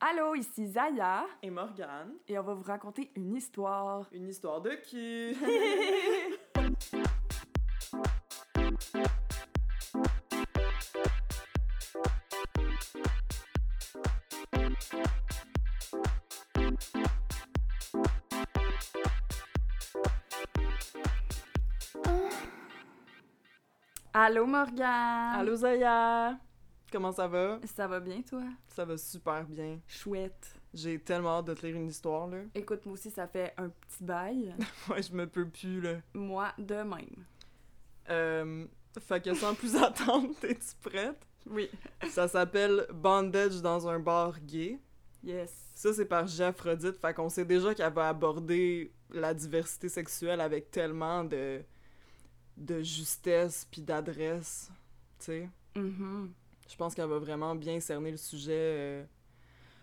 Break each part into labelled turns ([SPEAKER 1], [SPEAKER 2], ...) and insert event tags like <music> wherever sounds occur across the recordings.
[SPEAKER 1] Allô, ici Zaya
[SPEAKER 2] et Morgane.
[SPEAKER 1] et on va vous raconter une histoire.
[SPEAKER 2] Une histoire de qui
[SPEAKER 1] Allô Morgane.
[SPEAKER 2] <laughs> Allô Zaya Comment ça va
[SPEAKER 1] Ça va bien toi
[SPEAKER 2] Ça va super bien.
[SPEAKER 1] Chouette.
[SPEAKER 2] J'ai tellement hâte de te lire une histoire là. <laughs>
[SPEAKER 1] Écoute, moi aussi ça fait un petit <laughs> bail.
[SPEAKER 2] Ouais, je me peux plus là.
[SPEAKER 1] moi de même.
[SPEAKER 2] Euh, fait que sans plus <laughs> attendre, t'es-tu prête
[SPEAKER 1] Oui.
[SPEAKER 2] Ça s'appelle Bandage dans un bar gay.
[SPEAKER 1] Yes.
[SPEAKER 2] Ça, c'est par Japhrodite. Fait qu'on sait déjà qu'elle va aborder la diversité sexuelle avec tellement de, de justesse puis d'adresse. Tu sais,
[SPEAKER 1] Mhm.
[SPEAKER 2] je pense qu'elle va vraiment bien cerner le sujet, euh,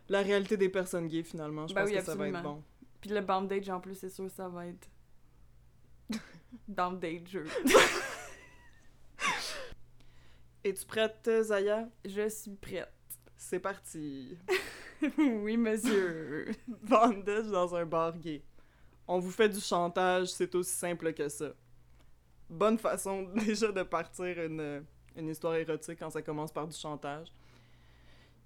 [SPEAKER 2] la réalité des personnes gays finalement. Je
[SPEAKER 1] Ben
[SPEAKER 2] pense
[SPEAKER 1] oui,
[SPEAKER 2] que ça va être
[SPEAKER 1] absolument.
[SPEAKER 2] bon.
[SPEAKER 1] Puis le bandage en plus, c'est sûr ça va <laughs> être bandageux.
[SPEAKER 2] Es-tu prête, Zaya?
[SPEAKER 1] Je suis prête.
[SPEAKER 2] C'est parti!
[SPEAKER 1] <laughs> oui monsieur.
[SPEAKER 2] <laughs> Bandage dans un bar gay. On vous fait du chantage, c'est aussi simple que ça. Bonne façon <laughs> déjà de partir une, une histoire érotique quand ça commence par du chantage.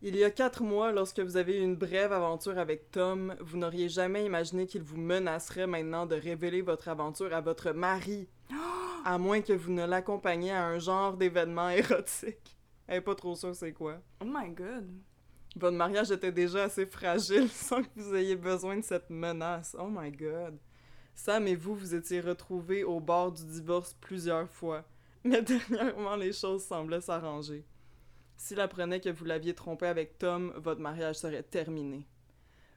[SPEAKER 2] Il y a quatre mois, lorsque vous avez eu une brève aventure avec Tom, vous n'auriez jamais imaginé qu'il vous menacerait maintenant de révéler votre aventure à votre mari, à moins que vous ne l'accompagniez à un genre d'événement <laughs> érotique. Elle est pas trop sûre c'est quoi.
[SPEAKER 1] <laughs> Oh my god.
[SPEAKER 2] Votre mariage était déjà assez fragile <laughs> sans que vous ayez besoin de cette menace. Oh my god. Sam et vous vous étiez retrouvés au bord du divorce plusieurs fois, <laughs> mais dernièrement les choses semblaient s'arranger. S'il apprenait que vous l'aviez trompé avec Tom, votre mariage serait terminé.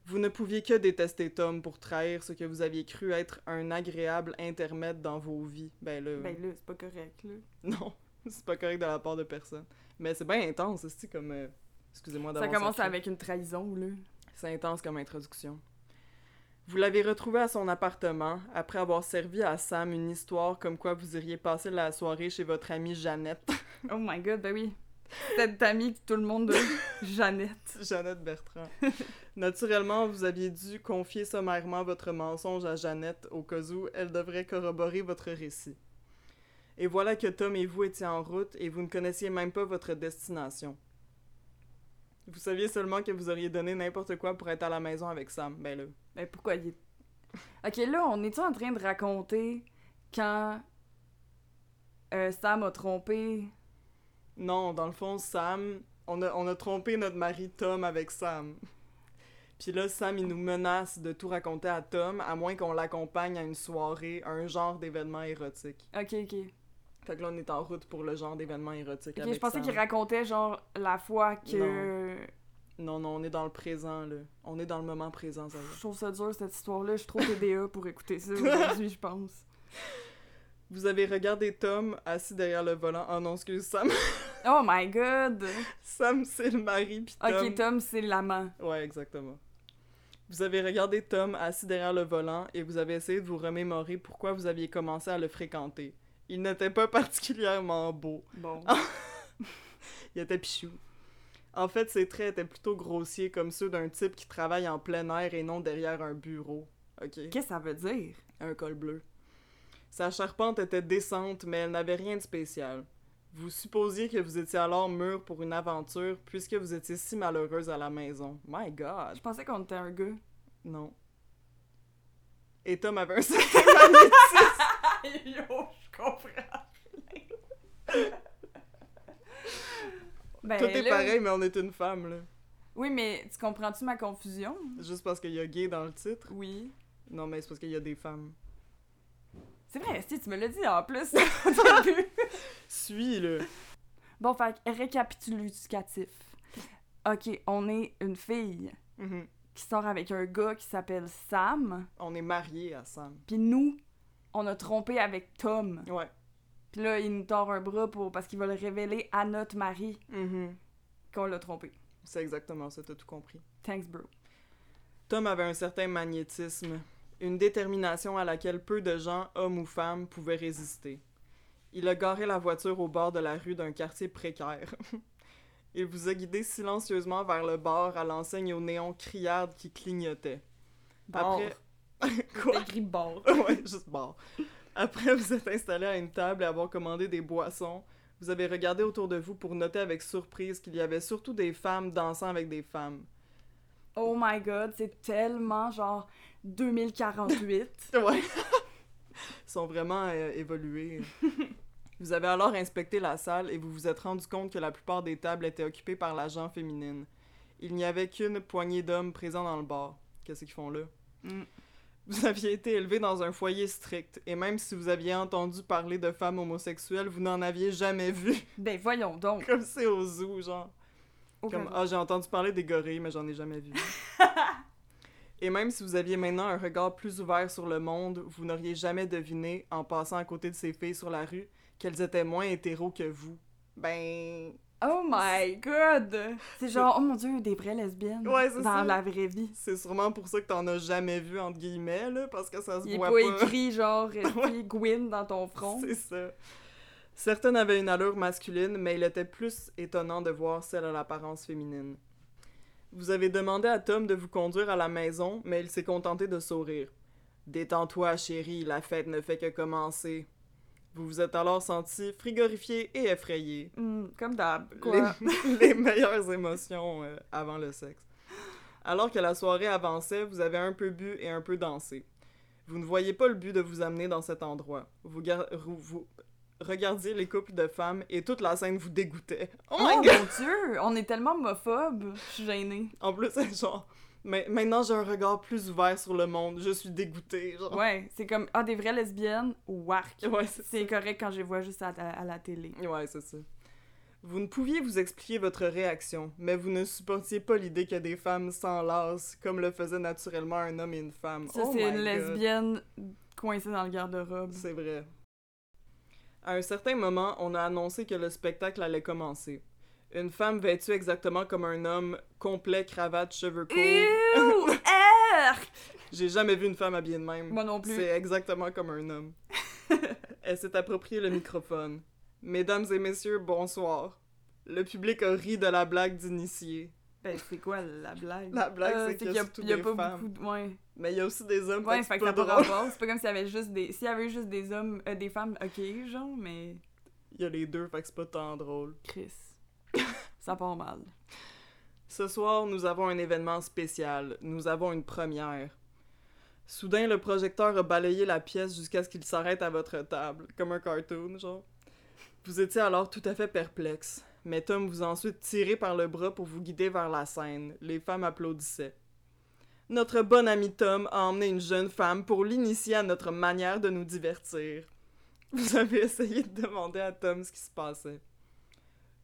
[SPEAKER 2] Vous ne pouviez que détester Tom pour trahir ce que vous aviez cru être un agréable intermède dans vos vies. Ben là,
[SPEAKER 1] Ben là, c'est pas correct là.
[SPEAKER 2] <laughs> non, c'est pas correct de la part de personne. Mais c'est bien intense, c'est comme... euh, Excusez-moi
[SPEAKER 1] Ça
[SPEAKER 2] d'avoir
[SPEAKER 1] commence
[SPEAKER 2] sacré.
[SPEAKER 1] avec une trahison là.
[SPEAKER 2] C'est intense comme introduction. Vous l'avez retrouvé à son appartement après avoir servi à Sam une histoire comme quoi vous iriez passer la soirée chez votre amie Jeannette. <laughs>
[SPEAKER 1] Oh my god, ben oui. Cette amie que tout le monde <laughs> a, Jeannette.
[SPEAKER 2] Jeannette Bertrand. Naturellement, vous aviez dû confier sommairement votre mensonge à Jeannette au cas où elle devrait corroborer votre récit. Et voilà que Tom et vous étiez en route et vous ne connaissiez même pas votre destination. Vous saviez seulement que vous auriez donné n'importe quoi pour être à la maison avec Sam. Ben là,
[SPEAKER 1] Ben pourquoi il est... Ok, là, on est-tu en train de raconter quand euh, Sam a trompé...
[SPEAKER 2] Non, dans le fond, Sam, on a, on a trompé notre mari Tom avec Sam. Puis là, Sam, il nous menace de tout raconter à Tom, à moins qu'on l'accompagne à une soirée, à un genre d'événement érotique.
[SPEAKER 1] Ok, ok.
[SPEAKER 2] Fait que là, on est en route pour le genre d'événement érotique
[SPEAKER 1] Ok,
[SPEAKER 2] avec
[SPEAKER 1] je pensais
[SPEAKER 2] Sam.
[SPEAKER 1] qu'il racontait, genre, la fois que...
[SPEAKER 2] Non, non, on est dans le présent, là. On est dans le moment présent, ça y est.
[SPEAKER 1] Je trouve ça dur, cette histoire-là. Je suis trop TDA pour écouter ça aujourd'hui, je pense.
[SPEAKER 2] Vous avez regardé Tom assis derrière le volant. Oh non, excuse, Sam. <laughs>
[SPEAKER 1] Oh my god!
[SPEAKER 2] Sam, c'est le mari, puis Tom...
[SPEAKER 1] Ok, Tom, c'est l'amant.
[SPEAKER 2] Ouais, exactement. Vous avez regardé Tom assis derrière le volant et vous avez essayé de vous remémorer pourquoi vous aviez commencé à le fréquenter. Il n'était pas <laughs> particulièrement beau.
[SPEAKER 1] Bon.
[SPEAKER 2] Il était pichou. En fait, ses traits étaient plutôt grossiers comme ceux d'un type qui travaille en plein air et non derrière un bureau. OK.
[SPEAKER 1] Qu'est-ce que ça veut dire?
[SPEAKER 2] Un col bleu. Sa charpente était décente, mais elle n'avait rien de spécial. Vous supposiez que vous étiez alors mûr pour une aventure puisque vous étiez si malheureuse à la maison. My God!
[SPEAKER 1] Je pensais qu'on était un <laughs> gars.
[SPEAKER 2] Non. Et Tom avait un certain
[SPEAKER 1] Yo, je comprends. ben,
[SPEAKER 2] Tout est
[SPEAKER 1] là-
[SPEAKER 2] pareil, mais on est une femme, là.
[SPEAKER 1] Oui, mais tu comprends-tu ma confusion?
[SPEAKER 2] Juste parce qu'il y a gay dans le titre.
[SPEAKER 1] Oui.
[SPEAKER 2] Non, mais c'est parce qu'il y a des femmes.
[SPEAKER 1] C'est vrai, si tu me l'as dit en plus <laughs> au début.
[SPEAKER 2] Suis, là.
[SPEAKER 1] bon, fait que récapitulatif. Ok, on est une fille
[SPEAKER 2] Mhm.
[SPEAKER 1] qui sort avec un gars qui s'appelle Sam,
[SPEAKER 2] On est mariés à Sam.
[SPEAKER 1] puis nous, on a trompé avec Tom.
[SPEAKER 2] Ouais.
[SPEAKER 1] Puis là, il nous tord un bras pour parce qu'il va le révéler à notre mari qu'on l'a trompé.
[SPEAKER 2] Mhm. C'est exactement ça, t'as tout compris.
[SPEAKER 1] Thanks, bro.
[SPEAKER 2] Tom avait un certain magnétisme, une détermination à laquelle peu de gens, hommes ou femmes, pouvaient résister. Il a garé la voiture au bord de la rue d'un quartier précaire. <laughs> Il vous a guidé silencieusement vers le bar à l'enseigne au néon criarde qui clignotait.
[SPEAKER 1] Bar.
[SPEAKER 2] Après-
[SPEAKER 1] C'était
[SPEAKER 2] <laughs> Quoi?
[SPEAKER 1] écrit bar.
[SPEAKER 2] ouais, juste bar. Après vous êtes installé à une table et avoir commandé des boissons, vous avez regardé autour de vous pour noter avec surprise qu'il y avait surtout des femmes dansant avec des femmes.
[SPEAKER 1] Oh my god, c'est tellement genre
[SPEAKER 2] <laughs>
[SPEAKER 1] 2048.
[SPEAKER 2] Ouais. Ils sont vraiment euh, évolués. vous avez alors inspecté la salle et vous vous êtes rendu compte que la plupart des tables étaient occupées par l'agent féminine. Il n'y avait qu'une poignée d'hommes présents dans le bar. Qu'est-ce qu'ils font là?
[SPEAKER 1] Mm.
[SPEAKER 2] Vous aviez été élevé dans un foyer strict, et même si vous aviez entendu parler de femmes homosexuelles, vous n'en aviez jamais vu. <laughs>
[SPEAKER 1] ben voyons donc.
[SPEAKER 2] Comme c'est au zoo, genre.
[SPEAKER 1] Au
[SPEAKER 2] Comme,
[SPEAKER 1] revoir.
[SPEAKER 2] ah, j'ai entendu parler des gorilles, mais j'en ai
[SPEAKER 1] <laughs>
[SPEAKER 2] jamais vu. Et même si vous aviez maintenant un regard plus ouvert sur le monde, vous n'auriez jamais deviné, en passant à côté de ces filles sur la rue, qu'elles étaient moins hétéros que vous. Ben.
[SPEAKER 1] Oh my god! C'est genre, oh mon dieu, des vraies lesbiennes.
[SPEAKER 2] Ouais, c'est
[SPEAKER 1] Dans
[SPEAKER 2] ça.
[SPEAKER 1] la vraie vie.
[SPEAKER 2] C'est sûrement pour ça que t'en as jamais vu, entre guillemets, là, parce que ça se
[SPEAKER 1] Il est
[SPEAKER 2] voit
[SPEAKER 1] pas,
[SPEAKER 2] pas.
[SPEAKER 1] écrit
[SPEAKER 2] <laughs>
[SPEAKER 1] genre, euh, Gwyn dans ton front.
[SPEAKER 2] C'est ça. Certaines avaient une allure masculine, mais il était plus étonnant de voir celles à l'apparence féminine. Vous avez demandé à Tom de vous conduire à la maison, mais il s'est contenté de sourire. Détends-toi, chérie, la fête ne fait que commencer. Vous vous êtes alors senti frigorifié et effrayé.
[SPEAKER 1] Hmm, comme d'hab.
[SPEAKER 2] Les,
[SPEAKER 1] Quoi?
[SPEAKER 2] les <laughs> meilleures émotions euh, avant le sexe. Alors que la soirée avançait, vous avez un peu bu et un peu dansé. Vous ne voyez pas le but de vous amener dans cet endroit. Vous, gar- rou- vous regardiez les couples de femmes et toute la scène vous dégoûtait. Oh
[SPEAKER 1] Oh,
[SPEAKER 2] my god!
[SPEAKER 1] mon dieu! On est tellement homophobe. Je suis gênée.
[SPEAKER 2] En plus, <laughs> c'est genre, mais maintenant j'ai un regard plus ouvert sur le monde. Je suis dégoûtée. Genre.
[SPEAKER 1] Ouais, c'est comme, ah, des vraies lesbiennes, wark.
[SPEAKER 2] Ouais, c'est
[SPEAKER 1] C'est correct quand je les vois juste à, à- à la télé.
[SPEAKER 2] Ouais, c'est ça. Vous ne pouviez vous expliquer votre réaction, mais vous ne supportiez pas l'idée que des femmes s'enlacent comme le faisaient naturellement un homme et une femme.
[SPEAKER 1] Ça,
[SPEAKER 2] Oh
[SPEAKER 1] c'est
[SPEAKER 2] my
[SPEAKER 1] une
[SPEAKER 2] God.
[SPEAKER 1] lesbienne coincée dans le garde-robe.
[SPEAKER 2] C'est vrai. À un certain moment, on a annoncé que le spectacle allait commencer. Une femme vêtue exactement comme un homme, complet, cravate, cheveux courts. <laughs>
[SPEAKER 1] Ew! Erk!
[SPEAKER 2] J'ai jamais vu une femme habillée de même.
[SPEAKER 1] Moi non plus.
[SPEAKER 2] C'est exactement comme
[SPEAKER 1] <laughs>
[SPEAKER 2] un homme. Elle s'est approprié le microphone. Mesdames et messieurs, bonsoir. Le public a ri de la blague d'initié.
[SPEAKER 1] Ben, c'est quoi la blague?
[SPEAKER 2] La blague,
[SPEAKER 1] Euh,
[SPEAKER 2] c'est qu'il y a, surtout
[SPEAKER 1] y a
[SPEAKER 2] des
[SPEAKER 1] pas
[SPEAKER 2] femmes.
[SPEAKER 1] beaucoup de. Ouais.
[SPEAKER 2] Mais il y a aussi des hommes,
[SPEAKER 1] Ouais,
[SPEAKER 2] fait que
[SPEAKER 1] fait
[SPEAKER 2] c'est
[SPEAKER 1] que ça
[SPEAKER 2] pas
[SPEAKER 1] n'a pas
[SPEAKER 2] drôle.
[SPEAKER 1] rapport. C'est pas comme s'il y avait juste des. S'il y avait eu juste des hommes. euh, des femmes, ok, genre, mais.
[SPEAKER 2] Il y a les deux, fait que c'est pas tant drôle. <laughs>
[SPEAKER 1] Chris. ça part mal.
[SPEAKER 2] Ce soir, nous avons un événement spécial. Nous avons une première. Soudain, le projecteur a balayé la pièce jusqu'à ce qu'il s'arrête à votre table, comme un cartoon, genre. Vous étiez alors tout à fait perplexe, mais Tom vous a ensuite tiré par le bras pour vous guider vers la scène. Les femmes applaudissaient. Notre bon ami Tom a emmené une jeune femme pour l'initier à notre manière de nous divertir. Vous avez essayé de demander à Tom ce qui se passait.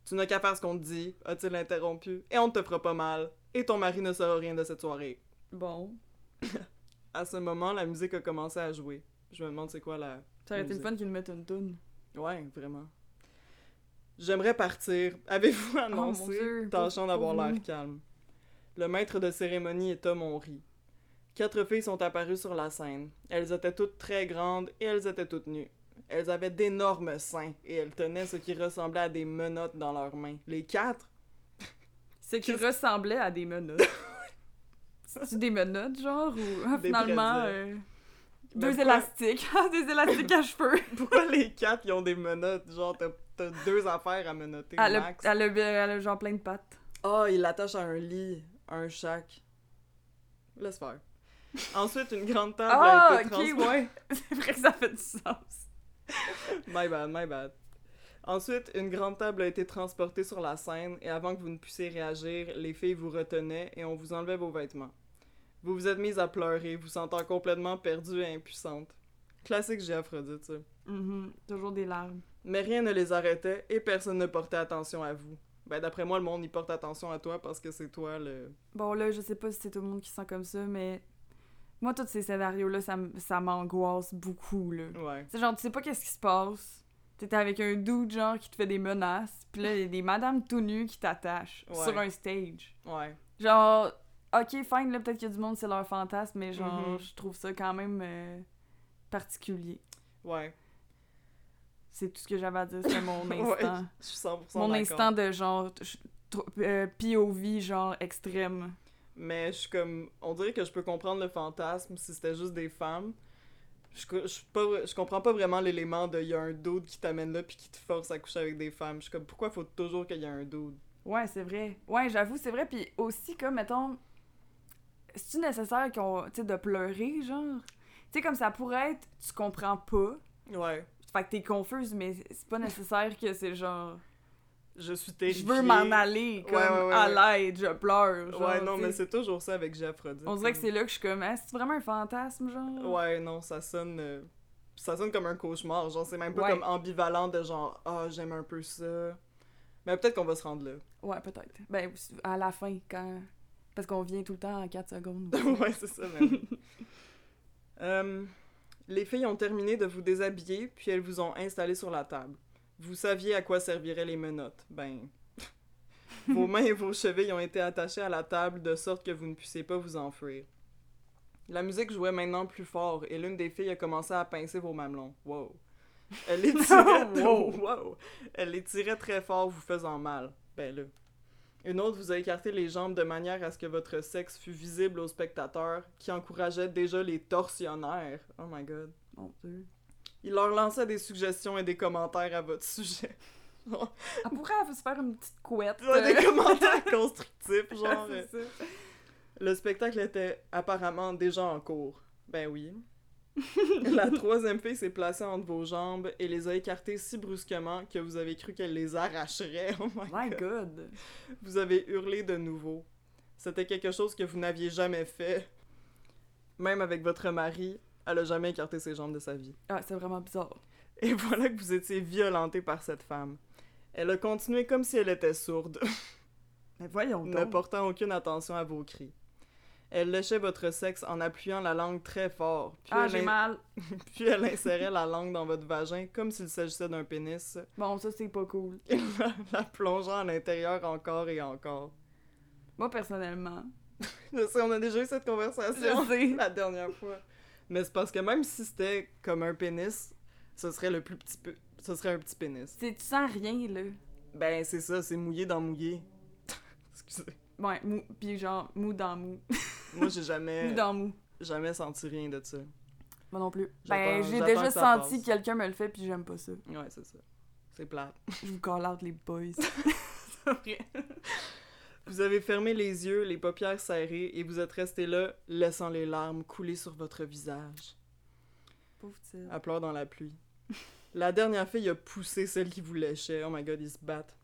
[SPEAKER 2] Tu n'as qu'à faire ce qu'on te dit, a-t-il interrompu, et on ne te fera pas mal, et ton mari ne saura rien de cette soirée.
[SPEAKER 1] Bon.
[SPEAKER 2] À ce moment, la musique a commencé à jouer. Je me demande c'est quoi la...
[SPEAKER 1] Ça aurait été le
[SPEAKER 2] Musique.
[SPEAKER 1] fun qu'ils mettent une toune.
[SPEAKER 2] Ouais, vraiment. J'aimerais partir. <laughs> Avez-vous
[SPEAKER 1] Oh, mon
[SPEAKER 2] annoncé,
[SPEAKER 1] Dieu,
[SPEAKER 2] tâchant
[SPEAKER 1] pauvre-
[SPEAKER 2] d'avoir
[SPEAKER 1] pauvre
[SPEAKER 2] l'air
[SPEAKER 1] nous.
[SPEAKER 2] calme. Le maître de cérémonie et Tom ont ri. Quatre filles sont apparues sur la scène. Elles étaient toutes très grandes et elles étaient toutes nues. Elles avaient d'énormes seins et elles tenaient ce qui ressemblait à des menottes dans leurs mains. Les quatre
[SPEAKER 1] C'est qui
[SPEAKER 2] Qu'est-ce-
[SPEAKER 1] ressemblait à des
[SPEAKER 2] <laughs>
[SPEAKER 1] menottes. C'est-tu des menottes, genre, ou ah, <laughs>
[SPEAKER 2] Des
[SPEAKER 1] finalement.
[SPEAKER 2] prédiles.
[SPEAKER 1] euh,
[SPEAKER 2] Ben,
[SPEAKER 1] Deux
[SPEAKER 2] pourquoi-
[SPEAKER 1] élastiques. <laughs> Ah, des élastiques à
[SPEAKER 2] <laughs>
[SPEAKER 1] cheveux.
[SPEAKER 2] Pourquoi les quatre, ils ont des menottes? Genre, t'as, t'as deux affaires à menotter,
[SPEAKER 1] Elle a,
[SPEAKER 2] max.
[SPEAKER 1] elle, a, euh, elle a genre plein de pattes.
[SPEAKER 2] Ah, il l'attache à un lit, un chaque.
[SPEAKER 1] <laughs>
[SPEAKER 2] Laisse faire. Ensuite, une grande table a
[SPEAKER 1] Ah,
[SPEAKER 2] été
[SPEAKER 1] ok,
[SPEAKER 2] transformée...
[SPEAKER 1] ouais. <laughs> C'est vrai que ça fait du sens.
[SPEAKER 2] My bad, my bad. Ensuite, une grande table a été transportée sur la scène et avant que vous ne puissiez réagir, les filles vous retenaient et on vous enlevait vos vêtements. Vous vous êtes mise à pleurer, vous sentant complètement perdue et impuissante. Classique Géaphrodite, ça. Mm-hmm.
[SPEAKER 1] Mhm. Toujours des larmes.
[SPEAKER 2] Mais rien ne les arrêtait et personne ne portait attention à vous. Ben, d'après moi, le monde y porte attention à toi parce que c'est toi le.
[SPEAKER 1] Bon, là, je sais pas si c'est tout le monde qui sent comme ça, mais moi, tous ces scénarios-là, ça, m- ça m'angoisse beaucoup, là.
[SPEAKER 2] Ouais.
[SPEAKER 1] C'est genre, tu sais pas qu'est-ce qui se passe. T'es avec un dude, genre, qui te fait des menaces, puis là, il y a des madames tout nues qui t'attachent
[SPEAKER 2] Ouais.
[SPEAKER 1] sur un stage.
[SPEAKER 2] Ouais.
[SPEAKER 1] Genre, ok, fine, là, peut-être qu'il y a du monde, c'est leur fantasme, mais genre,
[SPEAKER 2] Mhm.
[SPEAKER 1] je trouve ça quand même euh, particulier.
[SPEAKER 2] Ouais.
[SPEAKER 1] C'est tout ce que j'avais à dire, c'est mon
[SPEAKER 2] <laughs> Ouais,
[SPEAKER 1] instant.
[SPEAKER 2] Je suis 100%
[SPEAKER 1] mon
[SPEAKER 2] d'accord.
[SPEAKER 1] instant de genre, je- tro- euh, POV genre extrême.
[SPEAKER 2] Mais je suis comme. On dirait que je peux comprendre le fantasme si c'était juste des femmes. Je, co- je, suis pas- je comprends pas vraiment l'élément de il y a un dude qui t'amène là puis qui te force à coucher avec des femmes. Je suis comme pourquoi faut toujours qu'il y ait un dude
[SPEAKER 1] Ouais, c'est vrai. Ouais, j'avoue, c'est vrai. Puis aussi, comme, mettons, c'est-tu nécessaire qu'on, tu sais, de pleurer, genre? Tu sais, comme ça pourrait être, tu comprends pas.
[SPEAKER 2] Ouais.
[SPEAKER 1] Fait que t'es confuse, mais c'est pas nécessaire que c'est genre,
[SPEAKER 2] Je suis
[SPEAKER 1] je
[SPEAKER 2] terrifiée.
[SPEAKER 1] veux m'en aller,
[SPEAKER 2] Ouais,
[SPEAKER 1] comme,
[SPEAKER 2] ouais, ouais,
[SPEAKER 1] à l'aide, je pleure. genre,
[SPEAKER 2] Ouais, non,
[SPEAKER 1] tu sais.
[SPEAKER 2] mais c'est toujours ça avec Géaphrodite.
[SPEAKER 1] On dirait que c'est là que je suis comme, ah, c'est vraiment un fantasme, genre?
[SPEAKER 2] Ouais, non, ça sonne. euh, Ça sonne comme un cauchemar. Genre, c'est même pas
[SPEAKER 1] Ouais.
[SPEAKER 2] comme ambivalent de genre, ah, j'aime un peu ça. Mais peut-être qu'on va se rendre là. <laughs>
[SPEAKER 1] Ouais, peut-être. Ben, à la fin, quand. Parce qu'on vient tout le temps en 4
[SPEAKER 2] <laughs>
[SPEAKER 1] secondes.
[SPEAKER 2] ouais, c'est ça, ben oui. Euh, les filles ont terminé de vous déshabiller, puis elles vous ont installé sur la table. Vous saviez à quoi serviraient les menottes. Ben. vos mains et vos chevilles ont été attachées à la table de sorte que vous ne puissiez pas vous enfuir. La musique jouait maintenant plus fort et l'une des filles a commencé à pincer vos mamelons. Wow.
[SPEAKER 1] <laughs>
[SPEAKER 2] Elle les tirait, <laughs>
[SPEAKER 1] Wow.
[SPEAKER 2] Wow. Elle les tirait très fort, vous faisant mal. Ben là. Une autre vous a écarté les jambes de manière à ce que votre sexe fût visible aux spectateurs, qui encourageaient déjà les torsionnaires. Oh my god.
[SPEAKER 1] Mon Dieu.
[SPEAKER 2] Il leur lançait des suggestions et des commentaires à votre
[SPEAKER 1] <laughs>
[SPEAKER 2] sujet.
[SPEAKER 1] Elle pourrait se faire une petite couette.
[SPEAKER 2] des
[SPEAKER 1] euh, <laughs>
[SPEAKER 2] commentaires constructifs, <laughs> genre. euh,
[SPEAKER 1] c'est ça.
[SPEAKER 2] Le spectacle était apparemment déjà en cours. Ben oui. La troisième fille s'est placée entre vos jambes et les a écartées si brusquement que vous avez cru qu'elle les arracherait. <laughs> Oh my
[SPEAKER 1] My
[SPEAKER 2] god.
[SPEAKER 1] God.
[SPEAKER 2] Vous avez hurlé de nouveau. C'était quelque chose que vous n'aviez jamais fait. Même avec votre mari, elle a jamais écarté ses jambes de sa vie.
[SPEAKER 1] Ah, c'est vraiment bizarre.
[SPEAKER 2] Et <laughs> voilà que vous étiez violenté par cette femme. Elle a continué comme si elle était sourde,
[SPEAKER 1] Mais voyons
[SPEAKER 2] ne
[SPEAKER 1] donc.
[SPEAKER 2] portant aucune attention à vos cris. Elle léchait votre sexe en appuyant la langue très fort, puis,
[SPEAKER 1] Ah,
[SPEAKER 2] elle,
[SPEAKER 1] j'ai
[SPEAKER 2] in-
[SPEAKER 1] mal.
[SPEAKER 2] puis elle insérait la langue dans votre vagin comme s'il s'agissait d'un pénis, <laughs>
[SPEAKER 1] Bon, ça, c'est pas cool.
[SPEAKER 2] et la, la plongeant à l'intérieur encore et encore.
[SPEAKER 1] Moi, personnellement,
[SPEAKER 2] Je sais, on a déjà eu cette conversation.
[SPEAKER 1] je sais.
[SPEAKER 2] <laughs> la dernière fois. Mais c'est parce que même si c'était comme un pénis, ce serait le plus petit peu. Ce serait un petit pénis.
[SPEAKER 1] C'est- Tu sens rien, là.
[SPEAKER 2] Ben, c'est ça, c'est mouillé dans mouillé. <laughs> Excusez.
[SPEAKER 1] Ouais, mou. Puis genre, mou dans mou.
[SPEAKER 2] Moi, j'ai jamais,
[SPEAKER 1] Mou dans mou.
[SPEAKER 2] jamais senti rien de ça.
[SPEAKER 1] Moi non plus.
[SPEAKER 2] J'attends-
[SPEAKER 1] Ben, j'ai
[SPEAKER 2] j'attends
[SPEAKER 1] déjà
[SPEAKER 2] que ça
[SPEAKER 1] senti
[SPEAKER 2] passe.
[SPEAKER 1] que quelqu'un me le fait, puis j'aime pas ça.
[SPEAKER 2] Ouais, c'est ça. C'est plate.
[SPEAKER 1] Je vous call out, les boys.
[SPEAKER 2] <laughs> Vous avez fermé les yeux, les paupières serrées, et vous êtes resté là, laissant les larmes couler sur votre visage.
[SPEAKER 1] Pauvre type.
[SPEAKER 2] Elle pleure dans la pluie. <laughs> La dernière fille a poussé celle qui vous léchait. Oh my god, ils se battent.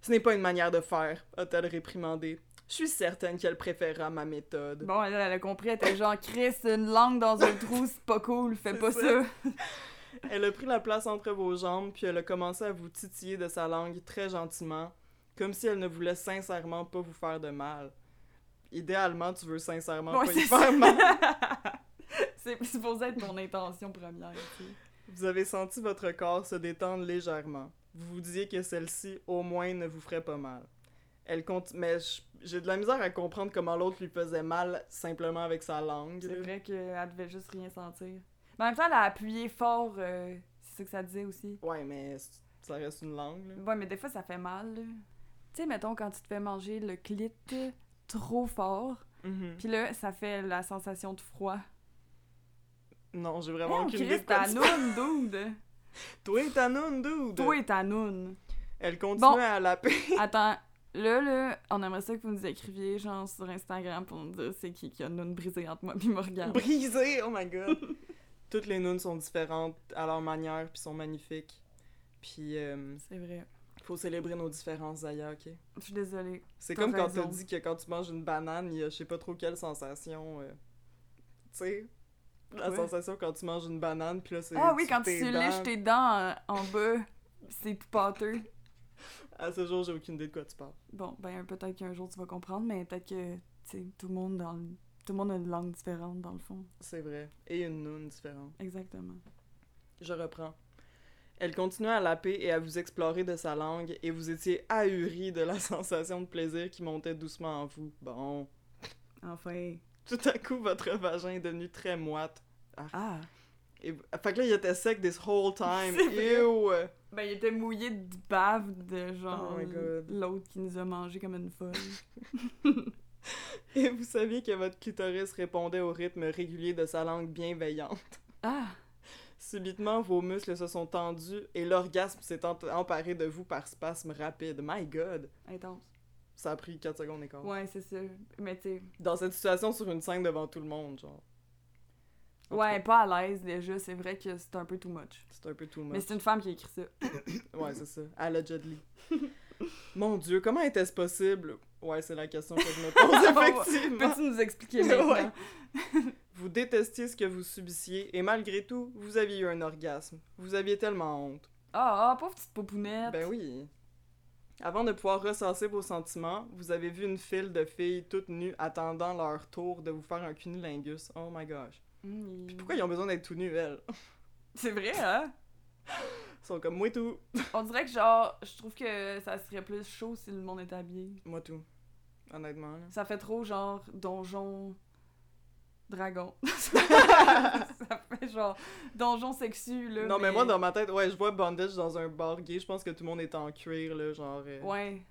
[SPEAKER 2] Ce n'est pas une manière de faire, a-t-elle réprimandé. Je suis certaine qu'elle préférera ma méthode.
[SPEAKER 1] Bon, elle, elle a compris, elle était genre, Chris, une langue dans un trou, c'est pas cool, fais
[SPEAKER 2] C'est
[SPEAKER 1] pas
[SPEAKER 2] ça.
[SPEAKER 1] ça.
[SPEAKER 2] Elle a pris la place entre vos jambes, puis elle a commencé à vous titiller de sa langue très gentiment, comme si elle ne voulait sincèrement pas vous faire de mal. Idéalement, tu veux sincèrement
[SPEAKER 1] Ouais,
[SPEAKER 2] pas y
[SPEAKER 1] c'est ça.
[SPEAKER 2] faire mal.
[SPEAKER 1] <laughs> C'est supposé être ton intention première, tu sais.
[SPEAKER 2] Vous avez senti votre corps se détendre légèrement. Vous vous disiez que celle-ci, au moins, ne vous ferait pas mal. Elle compte, mais je- j'ai de la misère à comprendre comment l'autre lui faisait mal simplement avec sa langue.
[SPEAKER 1] C'est vrai qu'elle devait juste rien sentir. Mais en même temps, elle a appuyé fort, euh, c'est ça que ça disait aussi.
[SPEAKER 2] Ouais, mais c- ça reste une langue. là.
[SPEAKER 1] Ouais, mais des fois, ça fait mal, là. Tu sais, mettons, quand tu te fais manger le clit trop fort, puis là, ça fait la sensation de froid.
[SPEAKER 2] Non, j'ai
[SPEAKER 1] Hey,
[SPEAKER 2] vraiment
[SPEAKER 1] on
[SPEAKER 2] aucune idée
[SPEAKER 1] crie
[SPEAKER 2] de quoi
[SPEAKER 1] ta
[SPEAKER 2] tu-
[SPEAKER 1] noune, dude!
[SPEAKER 2] Toi, ta noune, dude!
[SPEAKER 1] Toi et ta noune!
[SPEAKER 2] Elle continuait
[SPEAKER 1] Bon.
[SPEAKER 2] à laper.
[SPEAKER 1] Attends, là, là, on aimerait ça que vous nous écriviez, genre, sur Instagram pour nous dire c'est qui qui a une noune brisée entre moi puis Morgane.
[SPEAKER 2] Brisée! Oh my
[SPEAKER 1] <laughs>
[SPEAKER 2] god! Toutes les nounes sont différentes à leur manière, puis sont magnifiques. Puis, euh,
[SPEAKER 1] C'est vrai.
[SPEAKER 2] faut célébrer nos différences d'ailleurs, ok?
[SPEAKER 1] Je suis désolée.
[SPEAKER 2] C'est
[SPEAKER 1] T'as
[SPEAKER 2] comme quand
[SPEAKER 1] raison.
[SPEAKER 2] t'as dit que quand tu manges une banane, il y a je sais pas trop quelle sensation. euh, tu sais, la
[SPEAKER 1] Ouais.
[SPEAKER 2] sensation quand tu manges une banane, puis là Ah, c'est.
[SPEAKER 1] Ah oui, quand
[SPEAKER 2] tes
[SPEAKER 1] tu
[SPEAKER 2] dents.
[SPEAKER 1] lèches tes dents euh, en, en bas, c'est tout pâteux.
[SPEAKER 2] À ce jour, j'ai aucune idée de quoi tu parles.
[SPEAKER 1] Bon, ben peut-être qu'un jour tu vas comprendre, mais peut-être que, tu sais, tout le monde dans le- Tout le monde a une langue différente, dans le fond.
[SPEAKER 2] C'est vrai. Et une noune différente.
[SPEAKER 1] Exactement.
[SPEAKER 2] Je reprends. Elle continuait à laper et à vous explorer de sa langue, et vous étiez ahuri de la <laughs> sensation de plaisir qui montait doucement en vous. Bon.
[SPEAKER 1] Enfin.
[SPEAKER 2] Tout à coup, votre vagin est devenu très moite.
[SPEAKER 1] Ah!
[SPEAKER 2] Et, fait que là, il était sec this whole time.
[SPEAKER 1] C'est vrai.
[SPEAKER 2] Ew!
[SPEAKER 1] Ben, il était mouillé de bave de genre
[SPEAKER 2] Oh my God.
[SPEAKER 1] l'autre qui nous a mangé comme une
[SPEAKER 2] <laughs>
[SPEAKER 1] folle.
[SPEAKER 2] Et vous saviez que votre clitoris répondait au rythme régulier de sa langue bienveillante.
[SPEAKER 1] Ah!
[SPEAKER 2] Subitement, vos muscles se sont tendus et l'orgasme s'est en- emparé de vous par spasme rapide. My God!
[SPEAKER 1] Intense.
[SPEAKER 2] Ça a pris 4 secondes et quart.
[SPEAKER 1] Ouais, c'est ça. Mais tu sais,
[SPEAKER 2] Dans cette situation, sur une scène devant tout le monde, genre. En tout
[SPEAKER 1] ouais,
[SPEAKER 2] cas,
[SPEAKER 1] pas à l'aise déjà, c'est vrai que c'est un peu too much.
[SPEAKER 2] C'est un peu tout
[SPEAKER 1] Mais
[SPEAKER 2] much.
[SPEAKER 1] c'est une femme qui a écrit ça.
[SPEAKER 2] Ouais, c'est ça. Allegedly. <laughs> Mon Dieu, comment était-ce possible? Ouais, c'est la question que je me
[SPEAKER 1] <laughs>
[SPEAKER 2] pose, effectivement.
[SPEAKER 1] Peux-tu nous <laughs> expliquer maintenant?
[SPEAKER 2] Ouais. Vous détestiez ce que vous subissiez et malgré tout, vous aviez eu un orgasme. Vous aviez tellement honte.
[SPEAKER 1] Ah, ah, pauvre petite popounette!
[SPEAKER 2] Ben oui. Avant de pouvoir recenser vos sentiments, vous avez vu une file de filles toutes nues attendant leur tour de vous faire un cunilingus. Oh my gosh.
[SPEAKER 1] Mm, il-
[SPEAKER 2] Pourquoi ils ont besoin d'être tout nus, elles?
[SPEAKER 1] <laughs> C'est vrai, hein?
[SPEAKER 2] Ils sont comme moi tout.
[SPEAKER 1] On dirait que genre, je trouve que ça serait plus chaud si le monde était habillé.
[SPEAKER 2] Moi tout. Honnêtement, là.
[SPEAKER 1] Ça fait trop genre donjon. dragon. <laughs> ça fait genre donjon sexu, là.
[SPEAKER 2] Non, mais... moi, dans ma tête, ouais, je vois bondage dans un bar gay. Je pense que tout le monde est en cuir, là, genre. euh,
[SPEAKER 1] Ouais.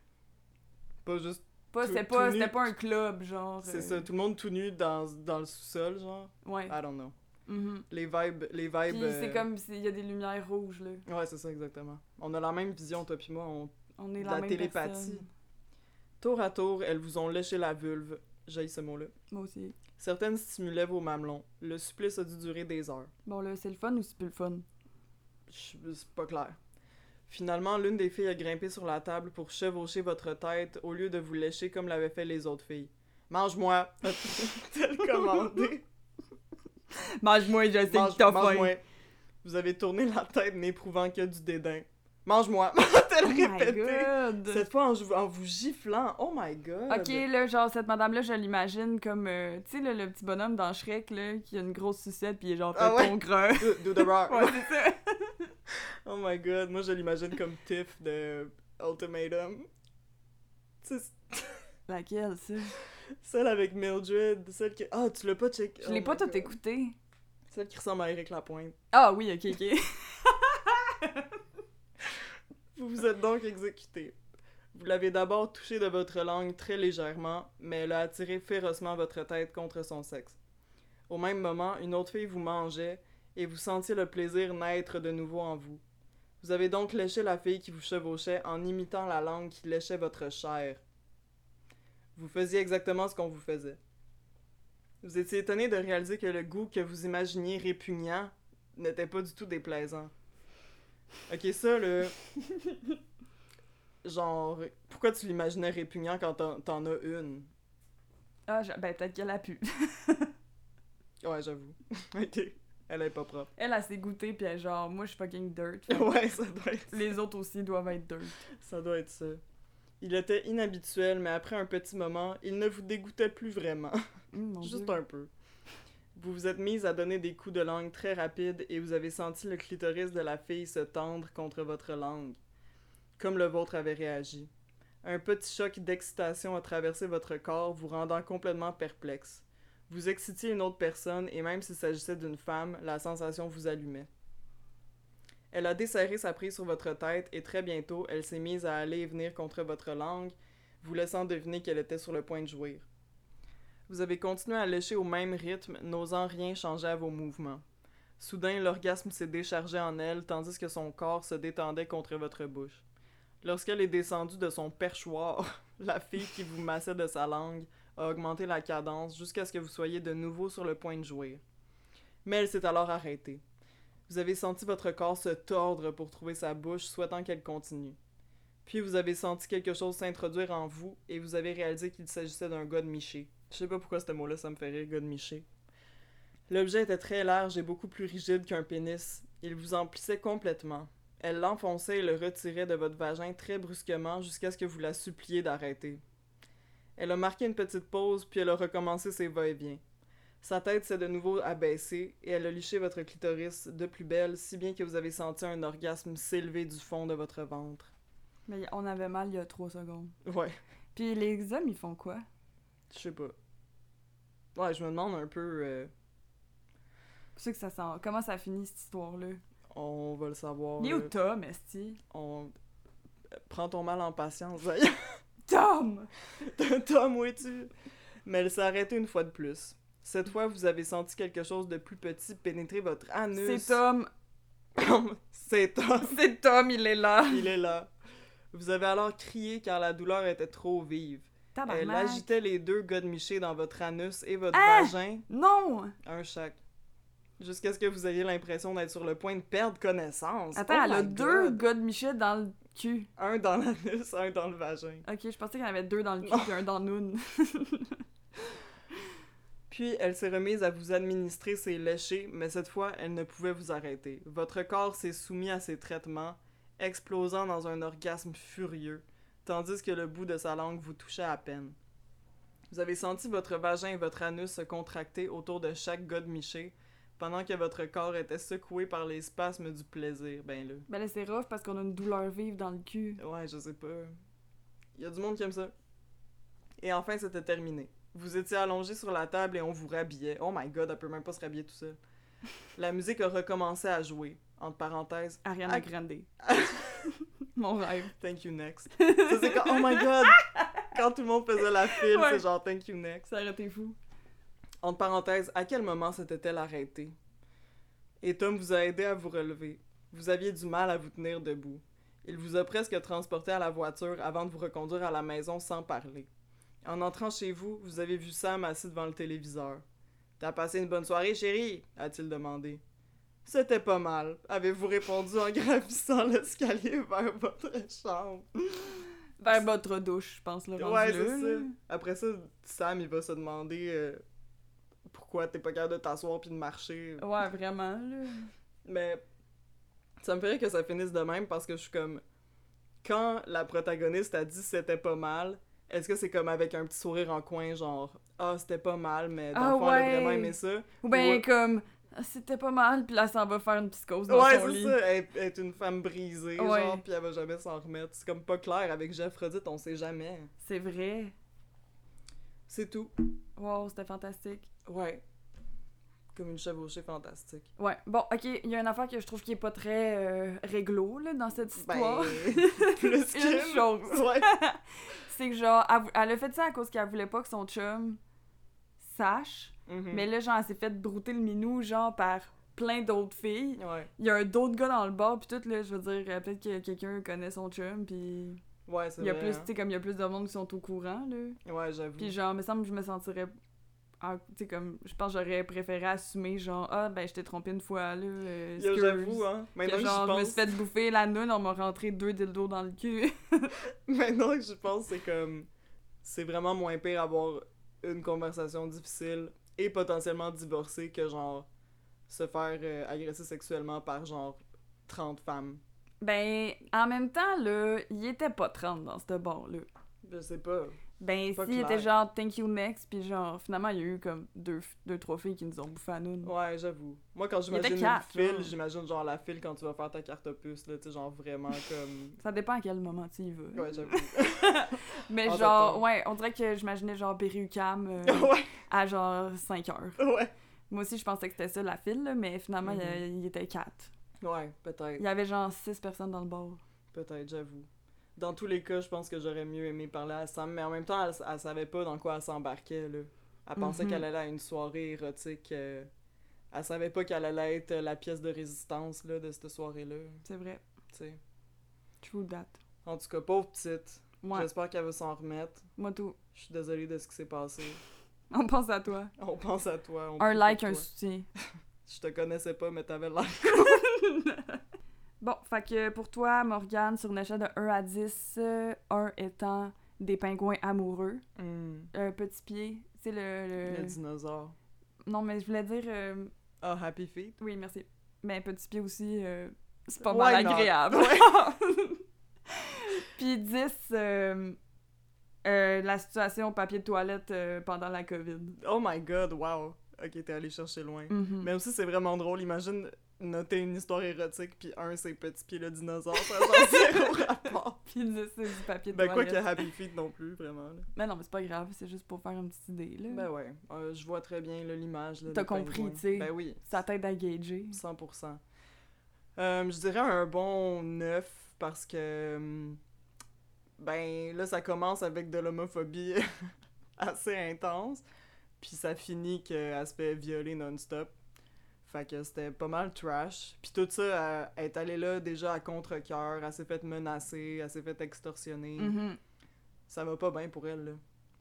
[SPEAKER 2] Pas juste.
[SPEAKER 1] Pas,
[SPEAKER 2] Tout-
[SPEAKER 1] c'était
[SPEAKER 2] tout
[SPEAKER 1] pas,
[SPEAKER 2] nu.
[SPEAKER 1] c'était pas un club, genre.
[SPEAKER 2] C'est
[SPEAKER 1] euh,
[SPEAKER 2] ça, tout le monde tout nu dans, dans le sous-sol, genre.
[SPEAKER 1] Ouais.
[SPEAKER 2] I don't know.
[SPEAKER 1] Mhm.
[SPEAKER 2] Les vibes. Les vibes.
[SPEAKER 1] Puis c'est
[SPEAKER 2] euh,
[SPEAKER 1] comme s'il y a des lumières rouges, là.
[SPEAKER 2] Ouais, c'est ça, exactement. On a la même vision, toi puis moi. On
[SPEAKER 1] On est
[SPEAKER 2] De
[SPEAKER 1] la,
[SPEAKER 2] la
[SPEAKER 1] même
[SPEAKER 2] télépathie.
[SPEAKER 1] personne.
[SPEAKER 2] Tour à tour, elles vous ont léché la vulve. J'ai ce mot-là.
[SPEAKER 1] Moi aussi.
[SPEAKER 2] Certaines stimulaient vos mamelons. Le supplice a dû durer des heures.
[SPEAKER 1] Bon, là, c'est le fun ou c'est plus le fun?
[SPEAKER 2] Je- C'est pas clair. Finalement, l'une des filles a grimpé sur la table pour chevaucher votre tête au lieu de vous lécher comme l'avaient fait les autres filles. Mange-moi! <laughs> a-t-elle commandé.
[SPEAKER 1] Mange-moi, je sais
[SPEAKER 2] Mange-
[SPEAKER 1] que t'as <laughs>
[SPEAKER 2] mange-moi.
[SPEAKER 1] faim.
[SPEAKER 2] Vous avez tourné la tête, n'éprouvant que du dédain. Mange-moi! <laughs> a-t-elle
[SPEAKER 1] Oh my
[SPEAKER 2] répété.
[SPEAKER 1] god!
[SPEAKER 2] Cette fois en, jou- en vous giflant. Oh my god!
[SPEAKER 1] Ok, là, genre, cette madame-là, je l'imagine comme, euh, tu sais, là, le petit bonhomme dans Shrek, là, qui a une grosse sucette, puis il est genre,
[SPEAKER 2] Ah
[SPEAKER 1] fait
[SPEAKER 2] ouais?
[SPEAKER 1] ton
[SPEAKER 2] <laughs>
[SPEAKER 1] creux.
[SPEAKER 2] Do, do the rock.
[SPEAKER 1] Ouais, c'est ça.
[SPEAKER 2] Oh my god, moi je l'imagine comme Tiff de Ultimatum. Tu sais,
[SPEAKER 1] Laquelle, ça?
[SPEAKER 2] Celle avec Mildred, celle qui. Ah, tu l'as pas checké.
[SPEAKER 1] Je
[SPEAKER 2] Oh
[SPEAKER 1] l'ai
[SPEAKER 2] my
[SPEAKER 1] pas tout
[SPEAKER 2] God.
[SPEAKER 1] écouté.
[SPEAKER 2] Celle qui ressemble à Eric Lapointe.
[SPEAKER 1] Ah oui, ok, ok. <laughs>
[SPEAKER 2] Vous vous êtes donc exécuté. Vous l'avez d'abord touché de votre langue très légèrement, mais elle a attiré férocement votre tête contre son sexe. Au même moment, une autre fille vous mangeait et vous sentiez le plaisir naître de nouveau en vous. Vous avez donc léché la fille qui vous chevauchait en imitant la langue qui léchait votre chair. Vous faisiez exactement ce qu'on vous faisait. Vous étiez étonné de réaliser que le goût que vous imaginiez répugnant n'était pas du tout déplaisant. Ok, ça, le... Genre, pourquoi tu l'imaginais répugnant quand t'en- t'en as une?
[SPEAKER 1] Ah, je- ben, peut-être qu'elle a pu. <laughs>
[SPEAKER 2] Ouais, j'avoue. <laughs> ok. Elle est pas propre.
[SPEAKER 1] Elle, elle s'est goûtée, puis elle, est genre, moi, je suis fucking dirt. Fait que
[SPEAKER 2] <laughs> ouais, ça doit être
[SPEAKER 1] Les autres aussi doivent être dirt.
[SPEAKER 2] ça. doit être ça. Il était inhabituel, mais après un petit moment, il ne vous dégoûtait plus vraiment.
[SPEAKER 1] Hum, mon
[SPEAKER 2] Juste
[SPEAKER 1] Dieu.
[SPEAKER 2] un peu. Vous vous êtes mise à donner des coups de langue très rapides et vous avez senti le clitoris de la fille se tendre contre votre langue, comme le vôtre avait réagi. Un petit choc d'excitation a traversé votre corps, vous rendant complètement perplexe. Vous excitiez une autre personne et même s'il s'agissait d'une femme, la sensation vous allumait. Elle a desserré sa prise sur votre tête et très bientôt, elle s'est mise à aller et venir contre votre langue, vous laissant deviner qu'elle était sur le point de jouir. Vous avez continué à lécher au même rythme, n'osant rien changer à vos mouvements. Soudain, l'orgasme s'est déchargé en elle, tandis que son corps se détendait contre votre bouche. Lorsqu'elle est descendue de son perchoir, <laughs> la fille qui vous massait de sa langue a augmenté la cadence jusqu'à ce que vous soyez de nouveau sur le point de jouir. Mais elle s'est alors arrêtée. Vous avez senti votre corps se tordre pour trouver sa bouche, souhaitant qu'elle continue. Puis vous avez senti quelque chose s'introduire en vous et vous avez réalisé qu'il s'agissait d'un gars de miché. Je sais pas pourquoi ce mot-là, ça me fait rire, gars de miché. L'objet était très large et beaucoup plus rigide qu'un pénis. Il vous emplissait complètement. Elle l'enfonçait et le retirait de votre vagin très brusquement jusqu'à ce que vous la suppliez d'arrêter. Elle a marqué une petite pause, puis elle a recommencé ses va-et-vient. Sa tête s'est de nouveau abaissée et elle a liché votre clitoris de plus belle, si bien que vous avez senti un orgasme s'élever du fond de votre ventre.
[SPEAKER 1] Mais on avait mal il y a trois secondes.
[SPEAKER 2] Ouais,
[SPEAKER 1] Puis les hommes, ils font quoi?
[SPEAKER 2] je sais pas. Ouais, je me demande un peu. euh,
[SPEAKER 1] pour ça que ça sent. Comment ça finit cette histoire-là?
[SPEAKER 2] On va le savoir.
[SPEAKER 1] Il est où
[SPEAKER 2] euh,
[SPEAKER 1] Tom, Esti?
[SPEAKER 2] on... euh, Prends ton mal en patience, <laughs> d'ailleurs.
[SPEAKER 1] Tom!
[SPEAKER 2] Tom, où es-tu? Mais elle s'est arrêtée une fois de plus. Cette fois, vous avez senti quelque chose de plus petit pénétrer votre anus.
[SPEAKER 1] C'est Tom!
[SPEAKER 2] Tom. <laughs> C'est Tom.
[SPEAKER 1] C'est Tom, il est là!
[SPEAKER 2] <laughs> Il est là. Vous avez alors crié car la douleur était trop vive. Elle
[SPEAKER 1] Tabarnak!
[SPEAKER 2] agitait les deux godemichés dans votre anus et votre
[SPEAKER 1] Ah!
[SPEAKER 2] vagin,
[SPEAKER 1] Non!
[SPEAKER 2] un chaque. Jusqu'à ce que vous ayez l'impression d'être sur le point de perdre connaissance.
[SPEAKER 1] Attends,
[SPEAKER 2] Oh
[SPEAKER 1] elle a
[SPEAKER 2] my
[SPEAKER 1] deux
[SPEAKER 2] God.
[SPEAKER 1] gars de Michel dans le cul.
[SPEAKER 2] Un dans l'anus, un dans le vagin.
[SPEAKER 1] Ok, je pensais qu'il y en avait deux dans le
[SPEAKER 2] <laughs> Non.
[SPEAKER 1] cul et un dans Noon.
[SPEAKER 2] Puis elle s'est remise à vous administrer ses léchés, mais cette fois, elle ne pouvait vous arrêter. Votre corps s'est soumis à ses traitements, explosant dans un orgasme furieux, tandis que le bout de sa langue vous touchait à peine. Vous avez senti votre vagin et votre anus se contracter autour de chaque godemiché, pendant que votre corps était secoué par les spasmes du plaisir. Ben là.
[SPEAKER 1] Ben là, c'est rough parce qu'on a une douleur vive dans le cul.
[SPEAKER 2] Ouais, je sais pas. Il y a du monde qui aime ça. Et enfin, c'était terminé. Vous étiez allongé sur la table et on vous rhabillait. Oh my god, elle peut même pas se rhabiller tout seul. La musique a recommencé à jouer. Entre parenthèses, <laughs>
[SPEAKER 1] Ariana
[SPEAKER 2] Ah.
[SPEAKER 1] Grande. Mon
[SPEAKER 2] <laughs>
[SPEAKER 1] rêve.
[SPEAKER 2] thank you next. Ça, c'est quand, oh my god! Quand tout le monde faisait la file,
[SPEAKER 1] Ouais.
[SPEAKER 2] c'est genre thank you next.
[SPEAKER 1] Ça aurait été fou.
[SPEAKER 2] Entre parenthèses, à quel moment s'était-elle arrêtée? Et Tom vous a aidé à vous relever. Vous aviez du mal à vous tenir debout. Il vous a presque transporté à la voiture avant de vous reconduire à la maison sans parler. En entrant chez vous, vous avez vu Sam assis devant le téléviseur. T'as passé une bonne soirée, chérie? a-t-il demandé. C'était pas mal, avez-vous répondu en <laughs> gravissant l'escalier vers votre chambre.
[SPEAKER 1] Vers votre douche, je pense, là.
[SPEAKER 2] Ouais,
[SPEAKER 1] rendu
[SPEAKER 2] c'est
[SPEAKER 1] là,
[SPEAKER 2] ça.
[SPEAKER 1] là.
[SPEAKER 2] Après ça, Sam, il va se demander euh, pourquoi t'es pas capable de t'asseoir puis de marcher.
[SPEAKER 1] Ouais, vraiment, là.
[SPEAKER 2] Mais ça me ferait que ça finisse de même parce que je suis comme. Quand la protagoniste a dit c'était pas mal, est-ce que c'est comme avec un petit sourire en coin, genre Ah, c'était pas mal, mais dans
[SPEAKER 1] Ah
[SPEAKER 2] le fond, elle a
[SPEAKER 1] ouais.
[SPEAKER 2] vraiment aimé ça
[SPEAKER 1] Ou ben,
[SPEAKER 2] Ouais.
[SPEAKER 1] comme, Ah, c'était pas mal, puis là, ça va faire une psychose dans
[SPEAKER 2] Ouais,
[SPEAKER 1] son lit.
[SPEAKER 2] c'est ça. Elle, elle est une femme brisée,
[SPEAKER 1] Ouais.
[SPEAKER 2] genre, puis elle va jamais s'en remettre. C'est comme pas clair avec Jephrodite, on sait jamais. hein.
[SPEAKER 1] C'est vrai.
[SPEAKER 2] C'est tout.
[SPEAKER 1] Wow, c'était fantastique.
[SPEAKER 2] Ouais. Comme une chevauchée fantastique.
[SPEAKER 1] Ouais, bon, ok, il y a une affaire que je trouve qui est pas très euh, réglo, là, dans cette histoire. <laughs>
[SPEAKER 2] Ben, plus
[SPEAKER 1] Une
[SPEAKER 2] qu'une.
[SPEAKER 1] chose.
[SPEAKER 2] Ouais.
[SPEAKER 1] C'est que, genre, elle, vou- elle a fait ça à cause qu'elle voulait pas que son chum sache.
[SPEAKER 2] Mhm.
[SPEAKER 1] Mais là, genre, elle s'est fait brouter le minou, genre, par plein d'autres filles.
[SPEAKER 2] Ouais.
[SPEAKER 1] Il y a un d'autres gars dans le bar, puis tout, là, je veux dire, euh, peut-être que quelqu'un connaît son chum, puis...
[SPEAKER 2] Ouais, c'est
[SPEAKER 1] Il y a
[SPEAKER 2] vrai,
[SPEAKER 1] plus,
[SPEAKER 2] hein. Hmm.
[SPEAKER 1] tu sais, comme il y a plus de monde qui sont au courant, là.
[SPEAKER 2] Ouais, j'avoue.
[SPEAKER 1] Puis genre, me semble que je me sentirais... en- Tu sais, comme, je pense que j'aurais préféré assumer, genre, ah, ben, je t'ai trompé une fois, là, euh,
[SPEAKER 2] Y a-
[SPEAKER 1] excuse.
[SPEAKER 2] J'avoue, hein.
[SPEAKER 1] Que
[SPEAKER 2] Maintenant que,
[SPEAKER 1] genre,
[SPEAKER 2] j'y
[SPEAKER 1] je me
[SPEAKER 2] pense,
[SPEAKER 1] suis fait bouffer la noune, on m'a rentré deux dildos dans le cul. <laughs>
[SPEAKER 2] <laughs> maintenant que j'y pense, c'est comme. C'est vraiment moins pire avoir une conversation difficile et potentiellement divorcer que genre se faire euh, agresser sexuellement par genre 30 femmes.
[SPEAKER 1] ben, en même temps, là, il était pas 30 dans ce bar-là.
[SPEAKER 2] Je sais pas.
[SPEAKER 1] Ben,
[SPEAKER 2] Pas
[SPEAKER 1] si, il
[SPEAKER 2] clair.
[SPEAKER 1] était genre, thank you next, puis genre, finalement, il y a eu comme deux, deux trois filles qui nous ont bouffé à nous.
[SPEAKER 2] Ouais, j'avoue. Moi, quand
[SPEAKER 1] y avait
[SPEAKER 2] j'imagine une
[SPEAKER 1] quatre,
[SPEAKER 2] file,
[SPEAKER 1] hein.
[SPEAKER 2] j'imagine genre la file quand tu vas faire ta carte opus, là, tu sais, genre vraiment
[SPEAKER 1] <laughs>
[SPEAKER 2] comme.
[SPEAKER 1] Ça dépend à quel moment tu y vas.
[SPEAKER 2] Ouais,
[SPEAKER 1] <laughs>
[SPEAKER 2] j'avoue.
[SPEAKER 1] Mais genre,
[SPEAKER 2] En septembre. Oh.
[SPEAKER 1] ouais, on dirait que j'imaginais genre Berry-UQAM
[SPEAKER 2] <laughs> ouais,
[SPEAKER 1] à genre 5 heures.
[SPEAKER 2] ouais.
[SPEAKER 1] Moi aussi, je pensais que c'était ça la file, là, mais finalement, il y a-
[SPEAKER 2] Mhm.
[SPEAKER 1] il était quatre.
[SPEAKER 2] Ouais, peut-être.
[SPEAKER 1] Il y avait genre six personnes dans le bar.
[SPEAKER 2] Peut-être, j'avoue. Dans tous les cas, je pense que j'aurais mieux aimé parler à Sam, mais en même temps, elle, elle savait pas dans quoi elle s'embarquait, là. Elle pensait
[SPEAKER 1] Mhm.
[SPEAKER 2] qu'elle allait à une soirée érotique. euh, Elle savait pas qu'elle allait être euh, la pièce de résistance, là, de cette soirée-là,
[SPEAKER 1] C'est vrai.
[SPEAKER 2] tu sais.
[SPEAKER 1] True date.
[SPEAKER 2] En tout cas, pauvre petite.
[SPEAKER 1] Moi,
[SPEAKER 2] J'espère qu'elle va s'en remettre.
[SPEAKER 1] moi tout.
[SPEAKER 2] Je suis désolée de ce qui s'est passé. <laughs>
[SPEAKER 1] On pense à toi.
[SPEAKER 2] On pense à toi. on
[SPEAKER 1] Un
[SPEAKER 2] prie pour
[SPEAKER 1] like, un
[SPEAKER 2] toi.
[SPEAKER 1] soutien.
[SPEAKER 2] Je te connaissais pas, mais t'avais l'air.
[SPEAKER 1] <laughs> Bon, fait que pour toi, Morgane, sur une échelle de 1 à 10, euh, 1 étant des pingouins amoureux, un petit pied, c'est le, le-
[SPEAKER 2] Le dinosaure.
[SPEAKER 1] Non, mais je voulais dire... euh,
[SPEAKER 2] Ah, Happy Feet.
[SPEAKER 1] Oui, merci. Mais petit pied aussi, euh, c'est pas
[SPEAKER 2] Why
[SPEAKER 1] mal
[SPEAKER 2] not?
[SPEAKER 1] agréable. <laughs> Puis 10, euh, euh, la situation papier de toilette euh, pendant la COVID.
[SPEAKER 2] Oh my god, wow. Ok, t'es allé chercher loin.
[SPEAKER 1] Mhm. <laughs>
[SPEAKER 2] Même si c'est vraiment drôle, imagine noter une histoire érotique, puis un, c'est Petit Pied le dinosaure, ça
[SPEAKER 1] <laughs>
[SPEAKER 2] a genre zéro rapport.
[SPEAKER 1] Puis le- c'est du papier de
[SPEAKER 2] Ben, quoi
[SPEAKER 1] toilette.
[SPEAKER 2] que Happy Feet non plus, vraiment. là.
[SPEAKER 1] Mais non, mais c'est pas grave, c'est juste pour faire une petite idée, là.
[SPEAKER 2] Ben ouais, euh, je vois très bien là, l'image. là,
[SPEAKER 1] T'as
[SPEAKER 2] des
[SPEAKER 1] compris,
[SPEAKER 2] pingouins.
[SPEAKER 1] tu sais.
[SPEAKER 2] Ben oui,
[SPEAKER 1] Ça t'aide à gager.
[SPEAKER 2] 100%. Euh, je dirais un bon 9 parce que. hum, Ben là, ça commence avec de l'homophobie <laughs> assez intense, puis ça finit qu'elle se fait violer non-stop. Fait que c'était pas mal trash. Puis tout ça, elle est allée là déjà à contre-coeur, elle s'est faite menacer, elle s'est faite extorsionner.
[SPEAKER 1] Mhm,
[SPEAKER 2] Ça va pas bien pour elle, là.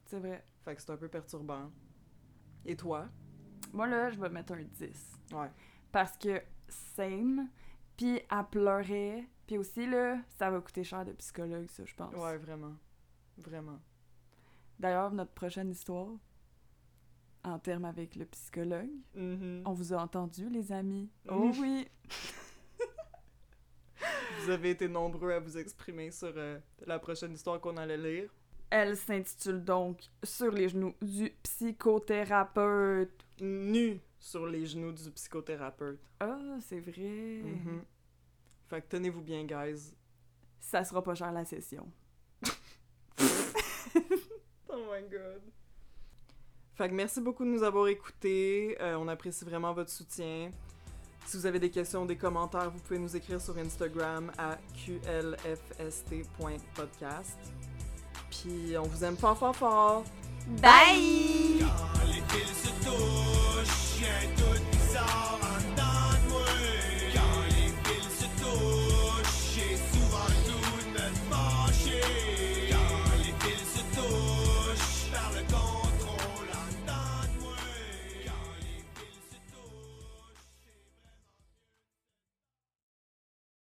[SPEAKER 1] C'est vrai.
[SPEAKER 2] Fait que c'est un peu perturbant. Et toi?
[SPEAKER 1] Moi, là, je vais mettre un 10.
[SPEAKER 2] Ouais.
[SPEAKER 1] Parce que, same, puis elle pleurait, puis aussi, là, ça va coûter cher de psychologue, ça, je pense.
[SPEAKER 2] Ouais, vraiment. Vraiment.
[SPEAKER 1] D'ailleurs, notre prochaine histoire, en termes avec le psychologue,
[SPEAKER 2] Mhm.
[SPEAKER 1] on vous a entendu, les amis.
[SPEAKER 2] Oh.
[SPEAKER 1] Oh oui!
[SPEAKER 2] Vous avez été nombreux à vous exprimer sur euh, la prochaine histoire qu'on allait lire.
[SPEAKER 1] Elle s'intitule donc Sur les genoux du psychothérapeute.
[SPEAKER 2] Nu sur les genoux du psychothérapeute.
[SPEAKER 1] Ah, c'est vrai.
[SPEAKER 2] Mhm. Fait que tenez-vous bien, guys.
[SPEAKER 1] Ça sera pas cher la session.
[SPEAKER 2] Oh my god. Fait que merci beaucoup de nous avoir écoutés. Euh, on apprécie vraiment votre soutien. Si vous avez des questions, des commentaires, vous pouvez nous écrire sur Instagram à qlfst.podcast. Puis on vous aime fort, fort, fort.
[SPEAKER 1] Bye!
[SPEAKER 3] Quand les fils se touchent, y'a un